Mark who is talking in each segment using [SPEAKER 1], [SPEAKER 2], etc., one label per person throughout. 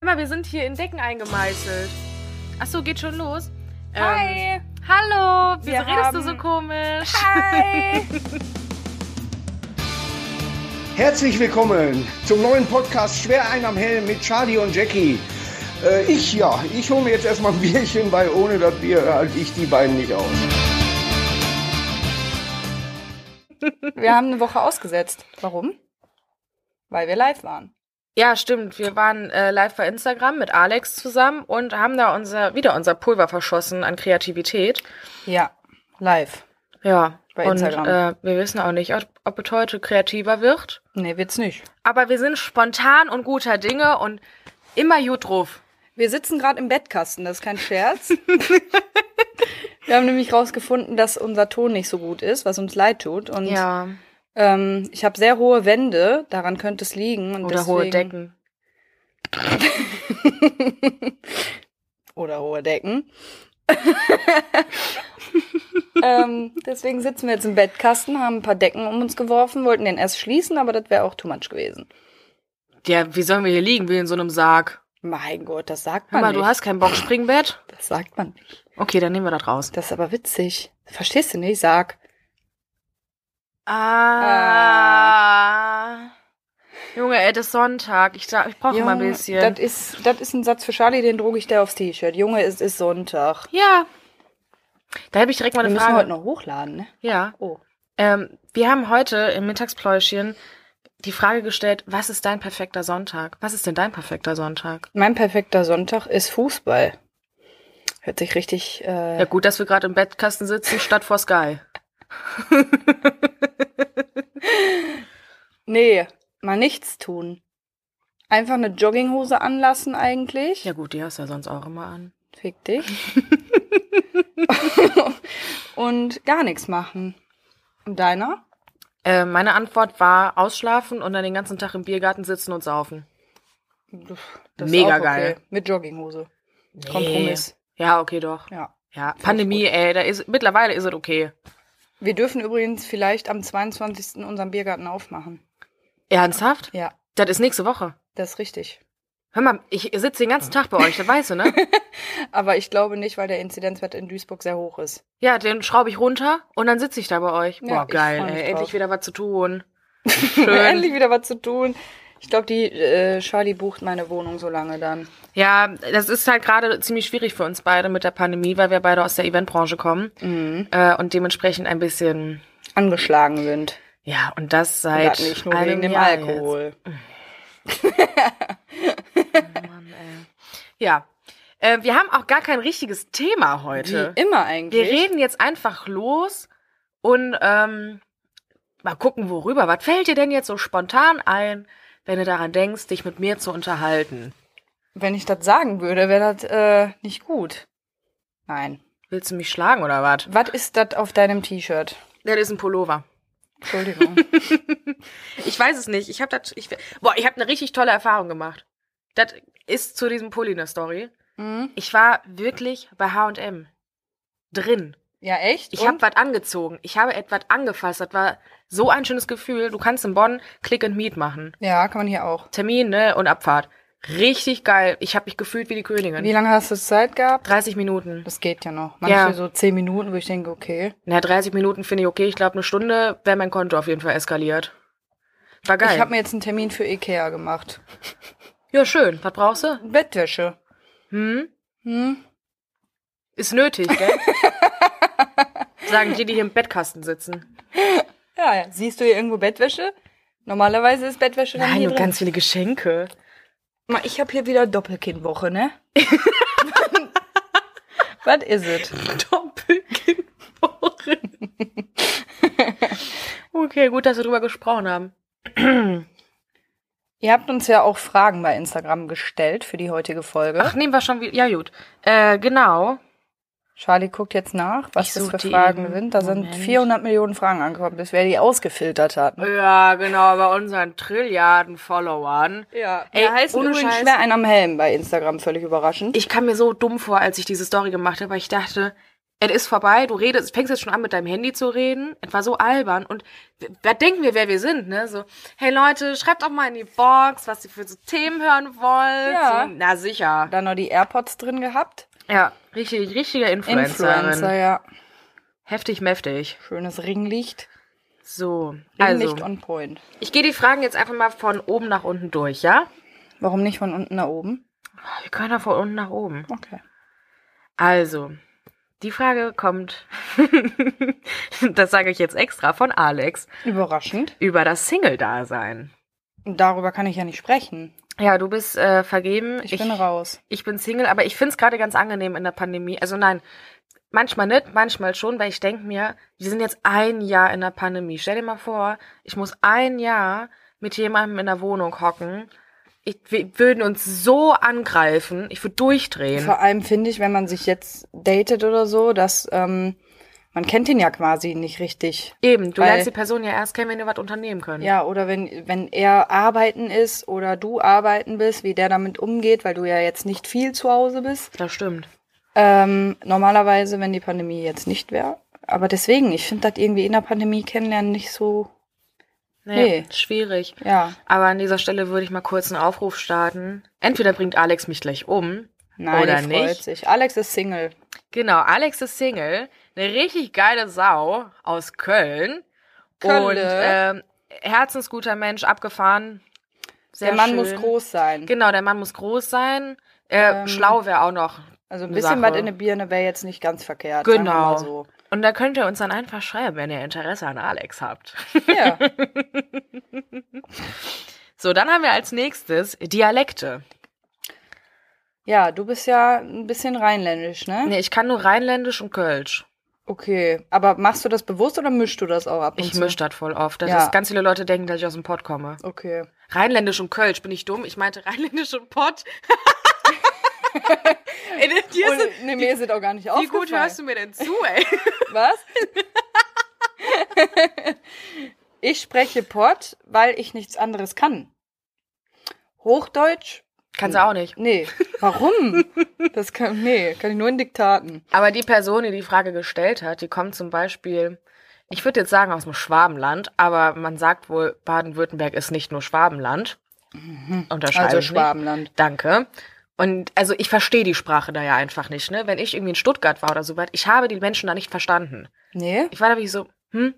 [SPEAKER 1] wir sind hier in Decken eingemeißelt. Ach so, geht schon los. Ähm,
[SPEAKER 2] Hi!
[SPEAKER 1] Hallo, wieso
[SPEAKER 2] Wir
[SPEAKER 1] redest du
[SPEAKER 2] haben-
[SPEAKER 1] so komisch?
[SPEAKER 2] Hi!
[SPEAKER 3] Herzlich willkommen zum neuen Podcast Schwer ein am Helm mit Charlie und Jackie. Äh, ich ja, ich hole mir jetzt erstmal ein Bierchen, weil ohne das Bier halte ich die beiden nicht aus.
[SPEAKER 2] Wir haben eine Woche ausgesetzt. Warum? Weil wir live waren.
[SPEAKER 1] Ja, stimmt. Wir waren äh, live bei Instagram mit Alex zusammen und haben da unser wieder unser Pulver verschossen an Kreativität.
[SPEAKER 2] Ja, live.
[SPEAKER 1] Ja.
[SPEAKER 2] Bei
[SPEAKER 1] und
[SPEAKER 2] Instagram.
[SPEAKER 1] Äh, wir wissen auch nicht, ob, ob es heute kreativer wird.
[SPEAKER 2] Nee, wird's nicht.
[SPEAKER 1] Aber wir sind spontan und guter Dinge und immer gut drauf.
[SPEAKER 2] Wir sitzen gerade im Bettkasten, das ist kein Scherz. wir haben nämlich rausgefunden, dass unser Ton nicht so gut ist, was uns leid tut. Und
[SPEAKER 1] Ja.
[SPEAKER 2] ähm, ich habe sehr hohe Wände, daran könnte es liegen. Und
[SPEAKER 1] Oder
[SPEAKER 2] deswegen,
[SPEAKER 1] hohe Decken.
[SPEAKER 2] Oder hohe Decken. ähm, deswegen sitzen wir jetzt im Bettkasten, haben ein paar Decken um uns geworfen, wollten den erst schließen, aber das wäre auch too much gewesen.
[SPEAKER 1] Ja, wie sollen wir hier liegen, wie in so einem Sarg?
[SPEAKER 2] Mein Gott, das sagt
[SPEAKER 1] Hör
[SPEAKER 2] man
[SPEAKER 1] mal,
[SPEAKER 2] nicht.
[SPEAKER 1] du hast kein Bockspringbett?
[SPEAKER 2] das sagt man nicht.
[SPEAKER 1] Okay, dann nehmen wir das raus.
[SPEAKER 2] Das ist aber witzig. Verstehst du nicht? Sag.
[SPEAKER 1] Ah. Junge, ey, das ist Sonntag. Ich, da- ich brauche mal ein bisschen.
[SPEAKER 2] Das ist, das ist ein Satz für Charlie, den drucke ich dir aufs T-Shirt. Junge, es ist Sonntag.
[SPEAKER 1] ja. Da habe ich direkt mal
[SPEAKER 2] Wir
[SPEAKER 1] eine
[SPEAKER 2] müssen
[SPEAKER 1] Frage.
[SPEAKER 2] heute noch hochladen, ne?
[SPEAKER 1] Ja.
[SPEAKER 2] Oh.
[SPEAKER 1] Ähm, wir haben heute im Mittagspläuschen die Frage gestellt, was ist dein perfekter Sonntag? Was ist denn dein perfekter Sonntag?
[SPEAKER 2] Mein perfekter Sonntag ist Fußball. Hört sich richtig. Äh,
[SPEAKER 1] Ja, gut, dass wir gerade im Bettkasten sitzen, statt vor Sky.
[SPEAKER 2] Nee, mal nichts tun. Einfach eine Jogginghose anlassen eigentlich.
[SPEAKER 1] Ja, gut, die hast du ja sonst auch immer an.
[SPEAKER 2] Fick dich. und gar nichts machen. Und deiner?
[SPEAKER 1] Äh, meine Antwort war ausschlafen und dann den ganzen Tag im Biergarten sitzen und saufen.
[SPEAKER 2] ist
[SPEAKER 1] Mega
[SPEAKER 2] auch okay.
[SPEAKER 1] geil.
[SPEAKER 2] Mit Jogginghose.
[SPEAKER 1] Nee.
[SPEAKER 2] Kompromiss.
[SPEAKER 1] Ja, okay, doch.
[SPEAKER 2] Ja.
[SPEAKER 1] Ja, Pandemie, ey, da ist, mittlerweile ist es okay.
[SPEAKER 2] Wir dürfen übrigens vielleicht am 22. unseren Biergarten aufmachen.
[SPEAKER 1] Ernsthaft?
[SPEAKER 2] Ja,
[SPEAKER 1] Das ist nächste Woche.
[SPEAKER 2] das ist richtig.
[SPEAKER 1] Hör mal, ich sitze den ganzen Tag bei euch, das weißt du, ne?
[SPEAKER 2] Aber ich glaube nicht, weil der Inzidenzwert in Duisburg sehr hoch ist.
[SPEAKER 1] Ja, den schraube ich runter und dann sitze ich da bei euch.
[SPEAKER 2] Ja,
[SPEAKER 1] Boah,
[SPEAKER 2] ich
[SPEAKER 1] geil,
[SPEAKER 2] freu mich
[SPEAKER 1] ey,
[SPEAKER 2] drauf.
[SPEAKER 1] endlich wieder was zu tun.
[SPEAKER 2] Endlich wieder was zu tun. Ich glaube, die äh, Charlie bucht meine Wohnung so lange dann.
[SPEAKER 1] Ja, das ist halt gerade ziemlich schwierig für uns beide mit der Pandemie, weil wir beide aus der Eventbranche kommen
[SPEAKER 2] Mhm.
[SPEAKER 1] äh, und dementsprechend ein bisschen,
[SPEAKER 2] Angeschlagen sind.
[SPEAKER 1] ja, und das
[SPEAKER 2] Und
[SPEAKER 1] seit
[SPEAKER 2] das nicht nur
[SPEAKER 1] einem
[SPEAKER 2] wegen dem
[SPEAKER 1] Jahr
[SPEAKER 2] Alkohol.
[SPEAKER 1] Jetzt. Mann, ey. Ja, äh, wir haben auch gar kein richtiges Thema heute.
[SPEAKER 2] Wie immer
[SPEAKER 1] Wir
[SPEAKER 2] eigentlich.
[SPEAKER 1] reden jetzt einfach los und ähm, mal gucken, worüber. Was fällt dir denn jetzt so spontan ein, wenn du daran denkst, dich mit mir zu unterhalten?
[SPEAKER 2] Wenn ich das sagen würde, wäre das äh, nicht gut. Nein.
[SPEAKER 1] Willst du mich schlagen oder was?
[SPEAKER 2] Was ist das auf deinem T-Shirt?
[SPEAKER 1] Das ist ein Pullover.
[SPEAKER 2] Entschuldigung.
[SPEAKER 1] Ich weiß es nicht. Ich habe das. Ich, boah, ich habe eine richtig tolle Erfahrung gemacht. Das ist zu diesem Pulli eine Story.
[SPEAKER 2] Hm?
[SPEAKER 1] Ich war wirklich bei H&M drin.
[SPEAKER 2] Ja, echt?
[SPEAKER 1] Ich
[SPEAKER 2] Und?
[SPEAKER 1] habe was angezogen. Ich habe etwas angefasst. Das war so ein schönes Gefühl. Du kannst in Bonn Click and Meet machen.
[SPEAKER 2] Ja, kann man hier auch.
[SPEAKER 1] Termin, ne, und Abfahrt. Richtig geil. Ich habe mich gefühlt wie die Königin.
[SPEAKER 2] Wie lange hast du Zeit gehabt?
[SPEAKER 1] 30 Minuten.
[SPEAKER 2] Das geht ja noch. Manche
[SPEAKER 1] Ja.
[SPEAKER 2] so zehn Minuten, wo ich denke, okay.
[SPEAKER 1] Na, 30 Minuten finde ich okay. Ich glaube, eine Stunde wäre mein Konto auf jeden Fall eskaliert. War geil.
[SPEAKER 2] Ich habe mir jetzt einen Termin für Ikea gemacht.
[SPEAKER 1] ja, schön. Was brauchst du?
[SPEAKER 2] Bettwäsche.
[SPEAKER 1] Hm?
[SPEAKER 2] Hm?
[SPEAKER 1] Ist nötig, gell? Sagen die, die hier im Bettkasten sitzen.
[SPEAKER 2] Ja, ja. Siehst du hier irgendwo Bettwäsche? Normalerweise ist Bettwäsche dann
[SPEAKER 1] Nein,
[SPEAKER 2] hier
[SPEAKER 1] nur
[SPEAKER 2] drin.
[SPEAKER 1] ganz viele Geschenke.
[SPEAKER 2] Ma, Ich habe hier wieder Doppelkinnwoche, ne? Was is it?
[SPEAKER 1] Doppelkinnwoche. okay, gut, dass wir drüber gesprochen haben.
[SPEAKER 2] Ihr habt uns ja auch Fragen bei Instagram gestellt für die heutige Folge.
[SPEAKER 1] Ach, nehmen wir schon wieder. Ja, gut. Äh, genau.
[SPEAKER 2] Charlie guckt jetzt nach, was
[SPEAKER 1] Ich
[SPEAKER 2] das
[SPEAKER 1] such
[SPEAKER 2] für
[SPEAKER 1] die
[SPEAKER 2] Fragen
[SPEAKER 1] eben.
[SPEAKER 2] sind. Da
[SPEAKER 1] Moment.
[SPEAKER 2] sind 400 Millionen Fragen angekommen, bis wir die ausgefiltert ne? hatten.
[SPEAKER 1] Ja, genau, bei unseren Trilliarden Followern.
[SPEAKER 2] Ja,
[SPEAKER 1] Ey,
[SPEAKER 2] er heißt
[SPEAKER 1] ohne
[SPEAKER 2] übrigens
[SPEAKER 1] Scheiß.
[SPEAKER 2] schwer einen am Helm bei Instagram, völlig überraschend.
[SPEAKER 1] Ich kam mir so dumm vor, als ich diese Story gemacht habe, weil ich dachte, es ist vorbei, du redest, fängst jetzt schon an mit deinem Handy zu reden. Es war so albern. Und w- wer denken wir, wer wir sind, ne? So, hey Leute, schreibt doch mal in die Box, was ihr für so Themen hören wollt.
[SPEAKER 2] Ja.
[SPEAKER 1] So, na sicher.
[SPEAKER 2] Dann noch die AirPods drin gehabt.
[SPEAKER 1] Ja, richtig, richtiger Influencerin.
[SPEAKER 2] Influencer, ja.
[SPEAKER 1] Heftig, mäftig.
[SPEAKER 2] Schönes Ringlicht.
[SPEAKER 1] So,
[SPEAKER 2] Ringlicht
[SPEAKER 1] also,
[SPEAKER 2] on point.
[SPEAKER 1] ich gehe die Fragen jetzt einfach mal von oben nach unten durch, ja?
[SPEAKER 2] Warum nicht von unten nach oben?
[SPEAKER 1] Wir können ja von unten nach oben.
[SPEAKER 2] Okay.
[SPEAKER 1] Also, die Frage kommt, das sage ich jetzt extra, von Alex,
[SPEAKER 2] Überraschend.
[SPEAKER 1] über das Single-Dasein.
[SPEAKER 2] Und Darüber kann ich ja nicht sprechen.
[SPEAKER 1] Ja, du bist äh, vergeben.
[SPEAKER 2] Ich, bin raus.
[SPEAKER 1] ich bin Single, aber ich find's gerade ganz angenehm in der Pandemie. Also nein, manchmal nicht, manchmal schon, weil ich denk mir, wir sind jetzt ein Jahr in der Pandemie. Stell dir mal vor, ich muss ein Jahr mit jemandem in der Wohnung hocken. Ich, wir würden uns so angreifen, ich würde durchdrehen.
[SPEAKER 2] Vor allem finde ich, wenn man sich jetzt datet oder so, dass ähm, man kennt ihn ja quasi nicht richtig.
[SPEAKER 1] Eben, du
[SPEAKER 2] weil-
[SPEAKER 1] lernst die Person ja erst kennen, wenn ihr was unternehmen könnt.
[SPEAKER 2] Ja, oder wenn, wenn er arbeiten ist oder du arbeiten bist, wie der damit umgeht, weil du ja jetzt nicht viel zu Hause bist.
[SPEAKER 1] Das stimmt.
[SPEAKER 2] Ähm, normalerweise, wenn die Pandemie jetzt nicht wäre. Aber deswegen, ich finde das irgendwie in der Pandemie kennenlernen nicht so,
[SPEAKER 1] Nee,
[SPEAKER 2] Nee.
[SPEAKER 1] schwierig.
[SPEAKER 2] ja,
[SPEAKER 1] Aber an dieser Stelle würde ich mal kurz einen Aufruf starten. Entweder bringt Alex mich gleich um,
[SPEAKER 2] nein,
[SPEAKER 1] Oder
[SPEAKER 2] die freut
[SPEAKER 1] nicht?
[SPEAKER 2] sich. Alex ist Single.
[SPEAKER 1] Genau, Alex ist Single, eine richtig geile Sau aus Köln.
[SPEAKER 2] Kölle.
[SPEAKER 1] Und ähm, herzensguter Mensch, abgefahren. Sehr
[SPEAKER 2] der Mann
[SPEAKER 1] schön.
[SPEAKER 2] muss groß sein.
[SPEAKER 1] Genau, der Mann muss groß sein. Äh,
[SPEAKER 2] Ähm,
[SPEAKER 1] schlau wäre auch noch.
[SPEAKER 2] Also ein
[SPEAKER 1] Eine
[SPEAKER 2] bisschen
[SPEAKER 1] Sache.
[SPEAKER 2] was in der Birne wäre jetzt nicht ganz verkehrt. sagen wir
[SPEAKER 1] Genau.
[SPEAKER 2] Mal so.
[SPEAKER 1] Und da könnt ihr uns dann einfach schreiben, wenn ihr Interesse an Alex habt.
[SPEAKER 2] Ja.
[SPEAKER 1] So, dann haben wir als nächstes Dialekte.
[SPEAKER 2] ja, du bist ja ein bisschen rheinländisch, ne?
[SPEAKER 1] Nee, ich kann nur Rheinländisch und Kölsch.
[SPEAKER 2] Okay, aber machst du das bewusst oder mischst du das auch ab und
[SPEAKER 1] Ich
[SPEAKER 2] zu?
[SPEAKER 1] mische das voll oft. Das
[SPEAKER 2] Ja.
[SPEAKER 1] ist, ganz viele Leute denken, dass ich aus dem Pott komme.
[SPEAKER 2] Okay.
[SPEAKER 1] Rheinländisch und Kölsch, bin ich dumm? Ich meinte Rheinländisch und Pott. Ey, das- dir ist-
[SPEAKER 2] Und, nee, mir ist es auch gar nicht
[SPEAKER 1] Wie
[SPEAKER 2] aufgefallen.
[SPEAKER 1] gut hörst du mir denn zu, ey?
[SPEAKER 2] Was? ich spreche Pott, weil ich nichts anderes kann. Hochdeutsch?
[SPEAKER 1] Kannst du auch nicht.
[SPEAKER 2] Nee. Warum? Das kann, nee, kann ich nur in Diktaten.
[SPEAKER 1] Aber die Person, die die Frage gestellt hat, die kommt zum Beispiel, ich würde jetzt sagen aus dem Schwabenland, aber man sagt wohl, Baden-Württemberg ist nicht nur Schwabenland. Unterschreibe
[SPEAKER 2] Also
[SPEAKER 1] ich nicht.
[SPEAKER 2] Schwabenland.
[SPEAKER 1] Danke. Und also ich verstehe die Sprache da ja einfach nicht, ne? Wenn ich irgendwie in Stuttgart war oder so weit, ich habe die Menschen da nicht verstanden.
[SPEAKER 2] Nee,
[SPEAKER 1] Ich war da wie so, hm?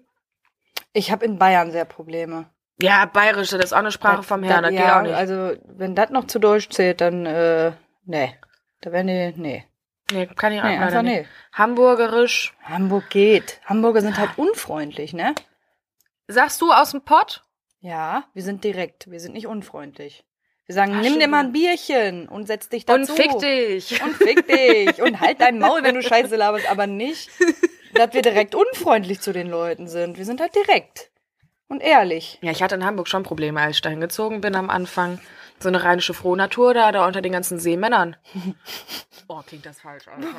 [SPEAKER 2] ich habe in Bayern sehr Probleme.
[SPEAKER 1] Ja, Bayerische, das ist auch eine Sprache
[SPEAKER 2] Das-
[SPEAKER 1] vom Herrn, das
[SPEAKER 2] das-
[SPEAKER 1] geht
[SPEAKER 2] ja,
[SPEAKER 1] auch nicht.
[SPEAKER 2] Also, wenn das noch zu Deutsch zählt, dann, äh, nee. Da werden die, nee.
[SPEAKER 1] Nee, kann ich auch
[SPEAKER 2] Nee,
[SPEAKER 1] leider
[SPEAKER 2] einfach
[SPEAKER 1] nicht.
[SPEAKER 2] nee.
[SPEAKER 1] Hamburgerisch.
[SPEAKER 2] Hamburg geht. Hamburger sind halt unfreundlich, ne?
[SPEAKER 1] Sagst du aus dem Pott?
[SPEAKER 2] Ja, wir sind direkt. Wir sind nicht unfreundlich. Wir sagen,
[SPEAKER 1] Ach,
[SPEAKER 2] nimm dir
[SPEAKER 1] stimmt.
[SPEAKER 2] mal ein Bierchen und setz dich
[SPEAKER 1] Und
[SPEAKER 2] dazu.
[SPEAKER 1] fick dich.
[SPEAKER 2] Und fick dich. Und halt dein Maul, wenn du Scheiße laberst, aber nicht, dass wir direkt unfreundlich zu den Leuten sind. Wir sind halt direkt. Und ehrlich.
[SPEAKER 1] Ja, ich hatte in Hamburg schon Probleme, als ich dahin gezogen bin am Anfang. So eine rheinische Frohnatur da, da unter den ganzen Seemännern. Oh, klingt das falsch, Alter.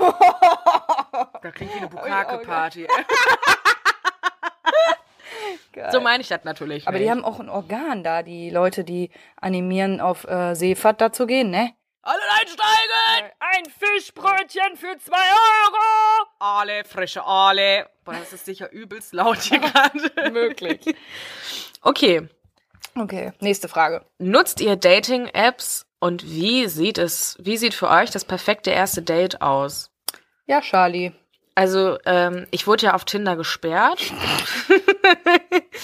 [SPEAKER 1] Da klingt wie eine
[SPEAKER 2] oh,
[SPEAKER 1] Bukake-Party.
[SPEAKER 2] Geil.
[SPEAKER 1] So meine ich das natürlich.
[SPEAKER 2] aber
[SPEAKER 1] nicht.
[SPEAKER 2] die haben auch ein Organ da, die Leute, die animieren, auf äh, Seefahrt da zu gehen, ne?
[SPEAKER 1] Alle einsteigen!
[SPEAKER 2] Ein Fischbrötchen für zwei Euro!
[SPEAKER 1] Alle, frische Alle. Boah, das ist sicher übelst laut hier gerade.
[SPEAKER 2] Möglich.
[SPEAKER 1] Okay.
[SPEAKER 2] Okay, nächste Frage.
[SPEAKER 1] Nutzt ihr Dating-Apps und wie sieht es, wie sieht für euch das perfekte erste Date aus?
[SPEAKER 2] Ja, Charlie.
[SPEAKER 1] Also, ähm, ich wurde ja auf Tinder gesperrt.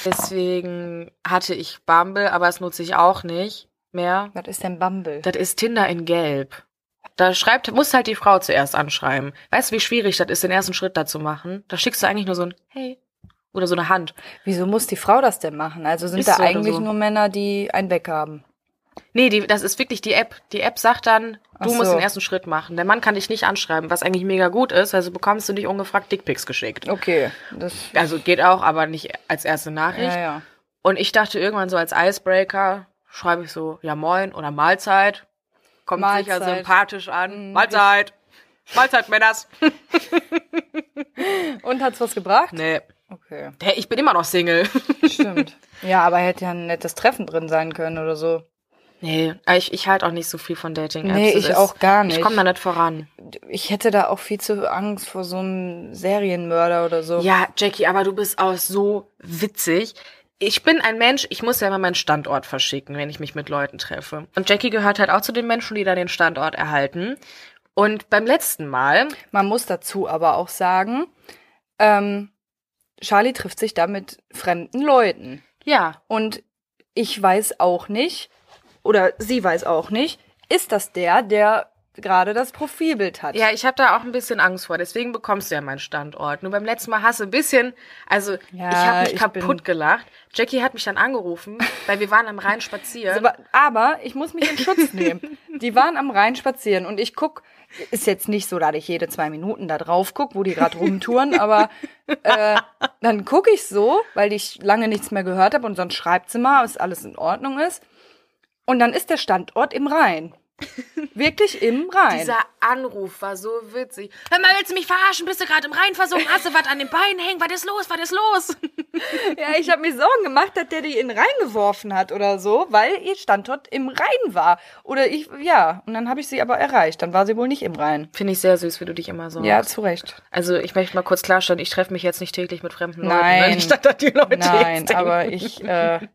[SPEAKER 1] Deswegen hatte ich Bumble, aber es nutze ich auch nicht mehr.
[SPEAKER 2] Was ist denn Bumble?
[SPEAKER 1] Das ist Tinder in Gelb. Da schreibt, muss halt die Frau zuerst anschreiben. Weißt du, wie schwierig das ist, den ersten Schritt da zu machen? Da schickst du eigentlich nur so ein Hey oder so eine Hand.
[SPEAKER 2] Wieso muss die Frau das denn machen? Also sind
[SPEAKER 1] Ist
[SPEAKER 2] da
[SPEAKER 1] so oder
[SPEAKER 2] eigentlich
[SPEAKER 1] so.
[SPEAKER 2] nur Männer, die einen Weg haben.
[SPEAKER 1] Nee, die, das ist wirklich die App. Die App sagt dann, du
[SPEAKER 2] Ach
[SPEAKER 1] musst
[SPEAKER 2] so.
[SPEAKER 1] den ersten Schritt machen. Der Mann kann dich nicht anschreiben, was eigentlich mega gut ist, weil so bekommst du nicht ungefragt Dickpics geschickt.
[SPEAKER 2] Okay, das
[SPEAKER 1] Also geht auch, aber nicht als erste Nachricht.
[SPEAKER 2] ja, ja.
[SPEAKER 1] Und ich dachte irgendwann so als Icebreaker schreibe ich so, ja moin oder Mahlzeit. Kommt
[SPEAKER 2] Mahlzeit.
[SPEAKER 1] sicher sympathisch an.
[SPEAKER 2] Mhm.
[SPEAKER 1] Mahlzeit. Mahlzeit, Männers.
[SPEAKER 2] Und hat's was gebracht?
[SPEAKER 1] Nee.
[SPEAKER 2] Okay,
[SPEAKER 1] Hey, ich bin immer noch Single.
[SPEAKER 2] stimmt. ja, aber hätte ja ein nettes Treffen drin sein können oder so.
[SPEAKER 1] Nee, aber ich, ich halte auch nicht so viel von Dating-Apps.
[SPEAKER 2] Nee,
[SPEAKER 1] Das
[SPEAKER 2] ich
[SPEAKER 1] ist-
[SPEAKER 2] auch gar nicht.
[SPEAKER 1] Ich komme da nicht voran.
[SPEAKER 2] Ich hätte da auch viel zu Angst vor so einem Serienmörder oder so.
[SPEAKER 1] Ja, Jackie, aber du bist auch so witzig. Ich bin ein Mensch, ich muss ja immer meinen Standort verschicken, wenn ich mich mit Leuten treffe. Und Jackie gehört halt auch zu den Menschen, die da den Standort erhalten. Und beim letzten Mal,
[SPEAKER 2] Man muss dazu aber auch sagen, ähm, Charlie trifft sich da mit fremden Leuten.
[SPEAKER 1] ja,
[SPEAKER 2] Und ich weiß auch nicht, oder sie weiß auch nicht, ist das der, der gerade das Profilbild hat?
[SPEAKER 1] ja, ich habe da auch ein bisschen Angst vor. Deswegen bekommst du ja meinen Standort. Nur beim letzten Mal hast du ein bisschen, also
[SPEAKER 2] Ja,
[SPEAKER 1] ich habe mich
[SPEAKER 2] ich
[SPEAKER 1] kaputt
[SPEAKER 2] bin-
[SPEAKER 1] gelacht. Jackie hat mich dann angerufen, weil wir waren am Rhein spazieren.
[SPEAKER 2] Aber, Also, aber ich muss mich in Schutz nehmen. Die waren am Rhein spazieren und ich guck, ist jetzt nicht so, dass ich jede zwei Minuten da drauf guck, wo die gerade rumtouren, aber äh, dann gucke ich so, weil ich lange nichts mehr gehört habe und sonst Schreibzimmer, dass alles in Ordnung ist. Und dann ist der Standort im Rhein. Wirklich im Rhein.
[SPEAKER 1] Dieser Anruf war so witzig. Hör mal, willst du mich verarschen? Bist du gerade im Rhein versunken? Hast du was an den Beinen hängen? Was ist los? Was ist los?
[SPEAKER 2] Ja, ich habe mir Sorgen gemacht, dass der die in den Rhein geworfen hat oder so, weil ihr Standort im Rhein war. Oder ich, ja, und dann habe ich sie aber erreicht. Dann war sie wohl nicht im Rhein.
[SPEAKER 1] Finde ich sehr süß, wie du dich immer so.
[SPEAKER 2] Ja, zu Recht.
[SPEAKER 1] Also ich möchte mal kurz klarstellen, ich treffe mich jetzt nicht täglich mit fremden Leuten.
[SPEAKER 2] Nein.
[SPEAKER 1] Ne? Statt dass die Leute
[SPEAKER 2] Nein,
[SPEAKER 1] jetzt denken.
[SPEAKER 2] aber ich, äh,